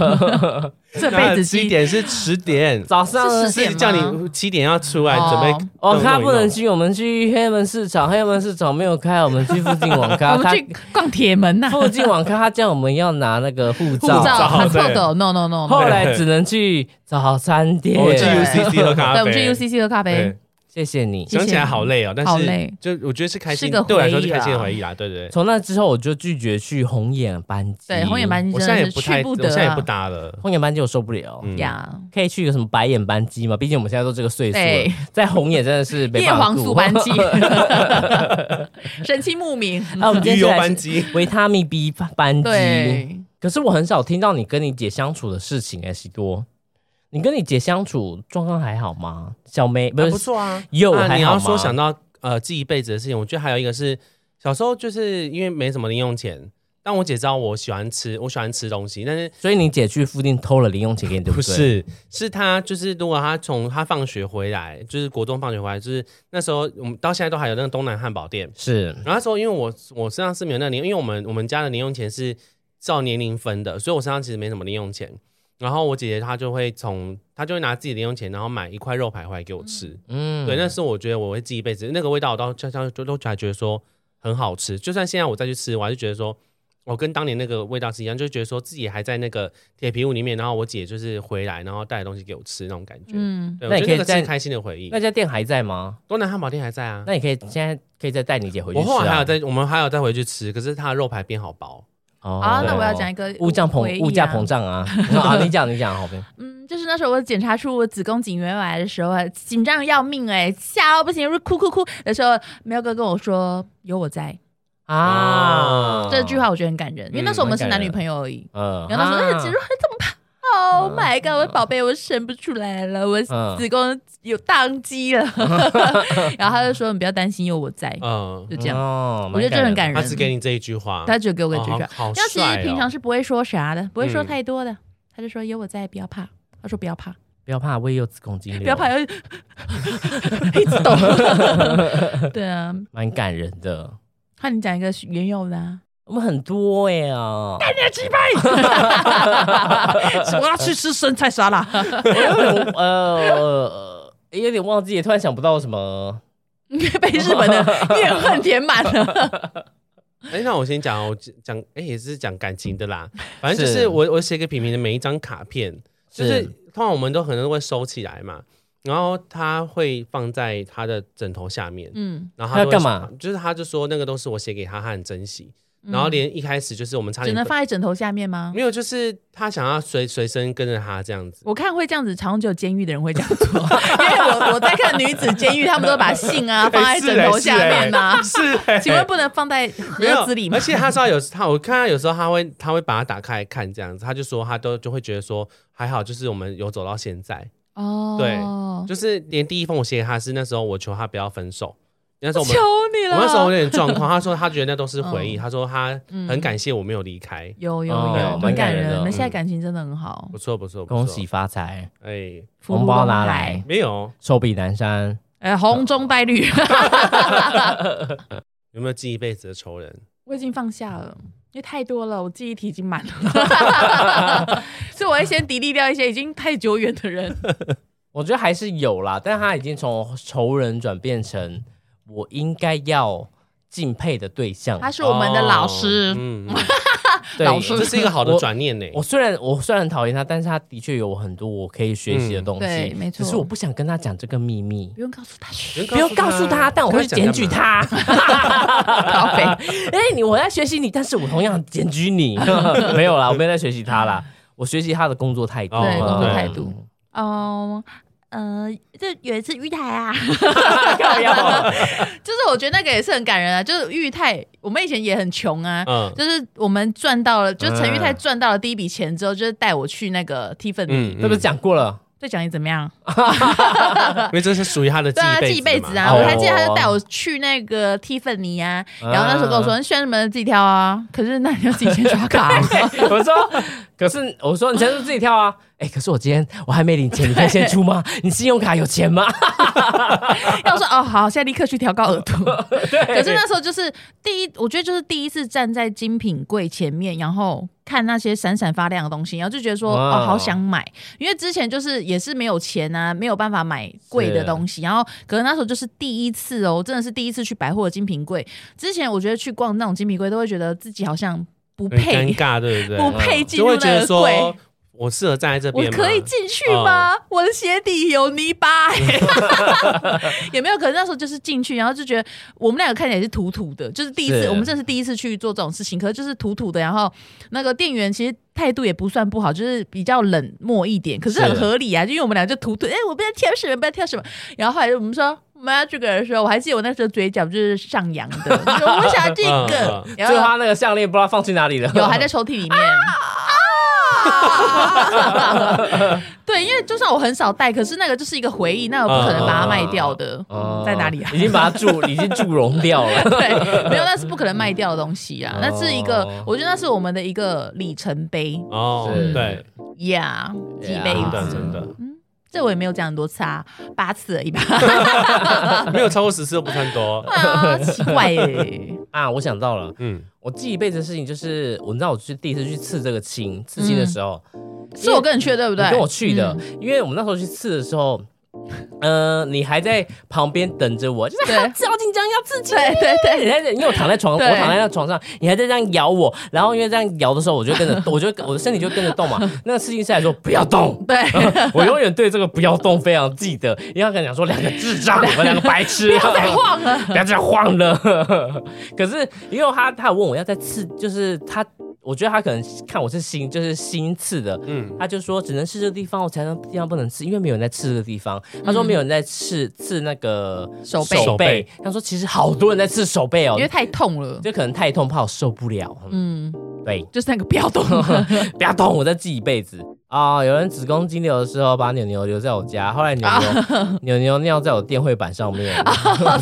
这那辈子七记。点是十点，早上是呢十点是叫吗你七点要出来哦准备动一动。哦，他不能去，我们去黑门市场，黑门市场没有开，我们去附近网啊咖。 我们他去逛铁门呐、附近网咖，他叫我们要拿那个护护照照，他对错的，no no no，, no 后来只能去早餐店。我们哦去对 UCC 喝咖啡，对，我们去 UCC 喝咖啡对。，谢谢你。 想起来好累哦，但好是累就我觉得是开是心个，对我来说回忆是开心的啦回忆啦，对对对。从那之后，我就拒绝去红眼班机。对，红眼班机我真现在的也是不去太，不我得、啊，现在也不搭了。红眼班机我受不了。嗯呀。可以去个什么白眼班机嘛？毕竟我们现在都这个岁数对了，在红眼真的是没 叶办法黄度素班 机，神奇慕名， 啊，我们今旅天游来班是机，维他命 B 班机。对，可是我很少听到你跟你姐相处的事情哎，喜多。你跟你姐相处状况还好吗？小梅不还是不错啊。又还好那吗？你要说想到呃记一辈子的事情，我觉得还有一个是小时候就是因为没什么零用钱，但我姐知道我喜欢吃，我喜欢吃东西，但是所以你姐去附近偷了零用钱给你，对对？不是是她就是如果她从她放学回来，就是国中放学回来，就是那时候我们到现在都还有那个东南汉堡店。是然后那时候因为我我身上是没有那个零，因为我们我们家的零用钱是照年龄分的，所以我身上其实没什么零用钱。然后我姐姐她就会从她就会拿自己的零用钱，然后买一块肉排回来给我吃。嗯对，那是我觉得我会记一辈子，那个味道我到像像就都还觉得说很好吃，就算现在我再去吃，我还是觉得说。我跟当年那个味道是一样，就觉得说自己还在那个铁皮屋里面，然后我姐就是回来，然后带东西给我吃那种感觉。嗯，嗯，对，那我你觉可以得那个在是开心的回忆那。家店还在吗？东南汉堡店还在啊，那你可以现在可以再带你姐回去我吃、啊。后来还有再，我们还有再回去吃，可是它的肉排变好薄。哦好，啊那我要讲一个物价回膨忆啊物价膨，胀啊！ 啊，你讲你讲，好 呗。嗯，就是那时候我检查出我子宫颈原癌的时候，啊紧张得要命哎、吓到不行，哭哭哭的时候，喵哥跟我说有我在，啊，嗯这句，话我觉得很感人，因为那时候我们是男女朋友而已，嗯然后哎那时候子宫啊怎么办？Oh 嗯 my god！我的宝贝，我生不出来了，我嗯子宫有宕机 了。然后他就说：“你不要担心，有我在。嗯”，就这样，哦我觉得这很感他只人。给你这一句话，他就给我个哦句好话，好那其帅实哦平常是不会说啥的，不会说嗯太多的。他就说：“有我在，不要 怕。”他说：“不要怕，不要怕，我也有子宫肌瘤，不要 怕，，要一直抖。” 对啊，蛮感人的。看你讲一个原有的啊，我们很多哎啊， 我要去吃生菜沙拉。我呃，有点忘记，也突然想不到什么。被日本的怨恨填满了。哎，那我先讲哦，我讲哎也是讲感情的啦，反嗯正就是是我我写给平平的每一张卡片，就是通常我们都可能都会收起来嘛，然后他会放在他的枕头下面，嗯，然后他他要都会干嘛？就是他就说那个都是我写给他，他很珍惜，然后连一开始就是我们差只点能放在枕头下面吗？没有，就是他想要随随身跟着他这样子。我看会这样子长久监狱的人会这样做，因为我我在看女子监狱，他们都把信啊放在枕头下面呐、 是欸、请问不能放在没有盒子里吗而？且他说有他，我看他有时候他会他会把它打开来看这样子，他就说他都就会觉得说还好，就是我们有走到现在，哦对就是连第一封我写给他是那时候我求他不要分手，那时候我们求你我了。那时候有点状况，他说他觉得那都是回忆，哦嗯他说他很嗯感谢我没有离开，有有哦有，蛮很感感人的人。那现在感情真的很好不，错不错，不错恭喜！发财，哎，福如红包拿东海来，，没有寿比南山。哎，红中带绿，有没有记一辈子的仇人？我已经放下了。因为太多了，我记忆体已经满了， 所以我会先砥砺掉一些已经太久远的人。我觉得还是有啦，但他已经从仇人转变成我应该要敬佩的对象。他是我们的老师哦，嗯， 嗯对老师这是一个好的转念呢。我虽然我虽然很讨厌他，但是他的确有很多我可以学习的东西。嗯对没错只是我不想跟他讲这个秘密。不用告诉他嘘，不用告诉他，但我会去检举。他。 咖啡。哎，你我在学习你，但是我同样检举你。没有啦，我没有在学习他啦，我学习他的工作态度。对嗯工作态度。嗯呃，这有一次玉台啊， 靠腰 啊就是我觉得那个也是很感人啊。就是玉泰，我们以前也很穷啊，嗯就是我们赚到了，就陈玉泰赚到了第一笔钱之后，就是带我去那个 Tiffany，、嗯，那不是讲过了？再讲你怎么样？因为这是属于他的对啊，记一辈嘛子啊！哦我还记得他就带我去那个 Tiffany 啊， 然后那时候跟我说：“你选什么自己挑啊？” 可是那你要自己先刷卡、 啊。 嗯我说，可是我说你先自己跳啊。哎、可是我今天我还没领钱，你可以先出 吗？你信用卡有钱吗？要说哦好，现在立刻去调高额 度。可是那时候就是第一，我觉得就是第一次站在精品柜前面，然后看那些闪闪发亮的东西，然后就觉得说哇哦好想买，因为之前就是也是没有钱啊，没有办法买贵的东嗯西。然后可能那时候就是第一次哦，真的是第一次去百货的精品柜。之前我觉得去逛那种精品柜，都会觉得自己好像不很尴配，尬，对嗯不对？不配进就入会觉那得个柜。说，我适合站在这我边吗，哦可以进去吗？我的鞋底有泥巴、 欸，也没有。可能那时候就是进去，然后就觉得我们两个看起来也是土土的，就是第一次，是我们这是第一次去做这种事情，可是就是土土的。然后那个店员其实态度也不算不好，就是比较冷漠一点，可是很是合理啊，就因为我们俩就土土，哎、我不知道挑什么，不知道挑什么。然后后来我们说。我们要这个的时候，我还记得我那时候嘴角就是上扬的，就说我想要 这个嗯嗯，最然后后他那个项链不知道放去哪里 了。有还在抽屉里 面。啊对，因为就算我很少带，可是那个就是一个回忆，那我不可能把它卖掉的。哦在哪里啊已经把它注，已经注融掉 了。对，没有，那是不可能卖掉的东西啊哦。那是一个，我觉得那是我们的一个里程碑哦，是对， ，Yeah，几辈真嗯子。的真的，这我也没有讲很多次啊，八次而 已吧。没有超过十次都不算多。啊，奇怪耶。啊，我想到了，嗯，我记一辈子的事情就是，我知道我去第一次去刺这个青，刺青的时候，是我跟你去的，嗯对不嗯对？你跟我去的，因为我们那时候去刺的时候，呃，你还在旁边等着我，就是对 好紧张，紧张要刺青。对对对，你还在，因为我躺在床，我对躺在那床上，你还在这样摇我，然后因为这样摇的时候，我就跟着， 我就我的身体就跟着动嘛。那个刺青师还说不要动，对， 我永远对这个不要动非常记得，因为他跟你讲说两个智障，我们两个白痴，不要再晃了。 不要再晃了。 可是因为他他有问我要再刺，就是他，我觉得他可能看我是新，就是新刺的，嗯嗯，他就说只能刺这个地方，我才能地方不能刺，因为没有人在刺这个地方。他说没有人在刺刺那个手背手背，他说其实 好多人在刺手背哦因为，太痛了。就可能太痛，怕我受不了。嗯，嗯，对，就是那个不 要动。 不要动，我再记一辈子啊、有人子宫肌瘤的时候把牛牛留在我家，后来牛牛、 牛牛尿在我电绘板上面。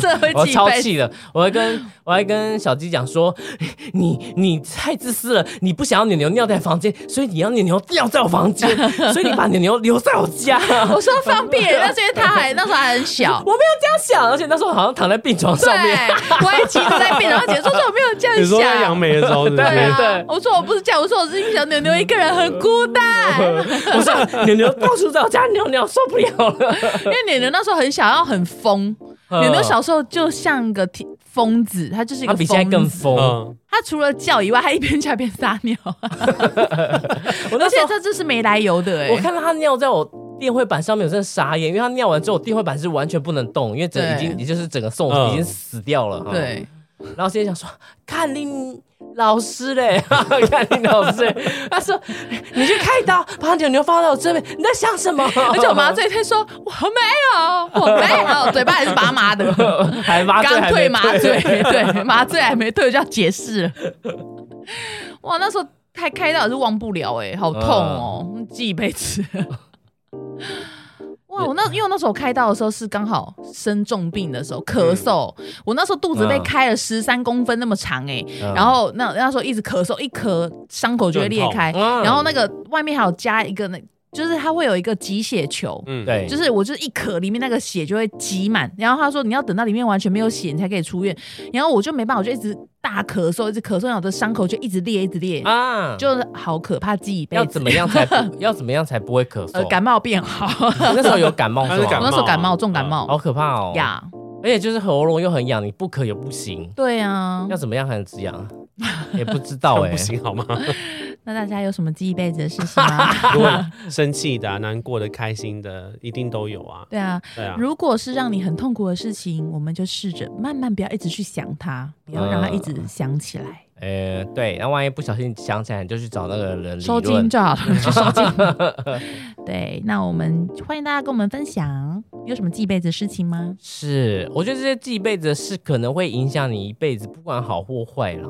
真的会我啊记超辈子。气的，我还跟我还跟小鸡讲说， 你你太自私了，你不想要牛牛尿在房间，所以你要牛牛尿在我房 间，所以你把牛牛留在我家。我说放屁，那是因为他还那时候还很小。我没有这样想，而且那时候好像躺在病床对 上面，，我也其实在病然后姐说说我没有这你样说在杨想。梅的时 候，对不对对？啊对，我说我不是这样，我说我是小牛牛一个人很孤单， 我说牛牛到处在我家尿尿，受不了 了。因为牛牛那时候很小，然后很疯。牛牛小时候就像个天疯子，他就是一嗯呃他个比现在疯更子。疯，嗯，他除了叫以外，他一边叫一边撒尿，我 那而时且候这就是没来由的哎、我看到他尿在我电绘板上面，我真的傻眼，因为他尿完之后，我电绘板是完全不能动，因为整对已经也就是整个送、嗯已经死掉了。哈，对，然后现在想说，看林老师嘞， 看林老师， 他说你去开刀，把牛牛放到我这边，你在想什么？ 而且我妈最会说我没有，我没有，嘴巴还是麻 麻的。还麻醉，刚啊还没退麻醉， 对，麻醉还没退我就要解释了。哇，那时候开开到也是忘不了哎、好痛啊哦、记一辈 子。哇，我那因为我那时候开刀的时候是刚好生重病的时候，嗯咳嗽，我那时候肚子被开了十三公分那么长哎、嗯然后那那时候一直咳嗽，一咳伤口就会裂开，嗯然后那个外面还有加一个那。就是它会有一个挤血球。嗯，对就是我就是一咳，里面那个血就会挤满，然后他说你要等到里面完全没有血，你才可以出院，然后我就没办法，我就一直大咳嗽，一直咳嗽，然后我的伤口就一直裂，一直裂，啊，就是好可怕，记一辈要子怎。么样才 不要怎么样才不会咳呃，嗽？感冒变好，你那时候有 感冒他是是吗我？那时候感感冒冒重感冒好可怕哦！呀，而且就是喉咙又很痒，你不咳也不行，对啊要。怎么样才能止痒？也不知道这哎样不，行 好吗？那大家有什么记一辈子的事 情吗？啊如果生气的啊、难过的、开心的，一定都有啊。对啊，对啊，如果是让你很痛苦的事情，我们就试着慢慢不要一直去想它，不要让它一直想起来，呃，对，那万一不小心想起来，你就去找那个人理收金论。就好 了，就收金。对，那我们欢迎大家跟我们分享，有什么记一辈子的事情吗？是，我觉得这些记一辈子的事可能会影响你一辈子，不管好或坏啦，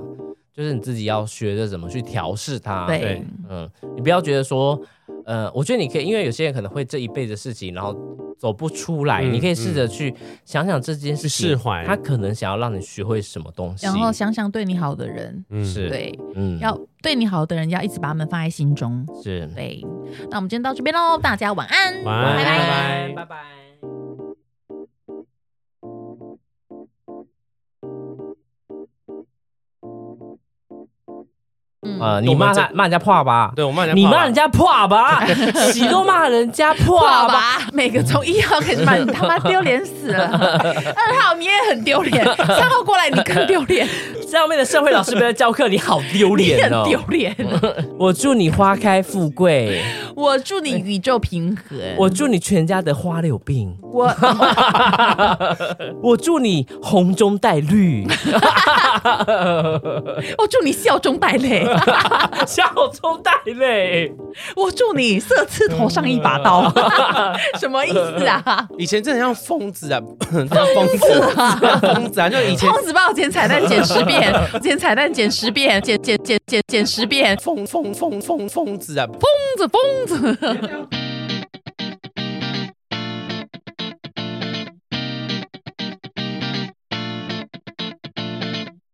就是你自己要学着怎么去调试它。对对，嗯，你不要觉得说，呃，我觉得你可以，因为有些人可能会这一辈子的事情，然后走不出来，嗯你可以试着去想想这件事去情，释怀他可能想要让你学会什么东西。然后想想对你好的人， 嗯是对，嗯，要对你好的人要一直把他们放在心中。是，对，那我们今天到这边喽，大家晚安。晚安，拜拜拜拜拜拜。嗯呃，你骂他骂人家破吧，对我骂人家你爸爸，骂人家破 吧，喜都骂人家破哇吧，吧，每个从一号开始骂你他妈丢脸 死了，二号你也很丢脸，三号过来你更丢脸，上面的社会老师不在教课， 你好丢你 脸很哦！丢脸。我祝你花开富 贵，我祝你宇宙平和，我祝你全家的花柳病，我 我祝你红中带绿，,我祝你笑中带 泪， 笑中带泪。我祝你色刺头上一把 刀，什么意思啊？以前真的像疯子啊， 真的像疯子， 像疯子啊！就以前疯子帮我捡彩蛋，捡十遍， 捡彩蛋，捡十遍，捡捡捡捡捡十遍，疯疯疯疯疯子啊，疯子疯子。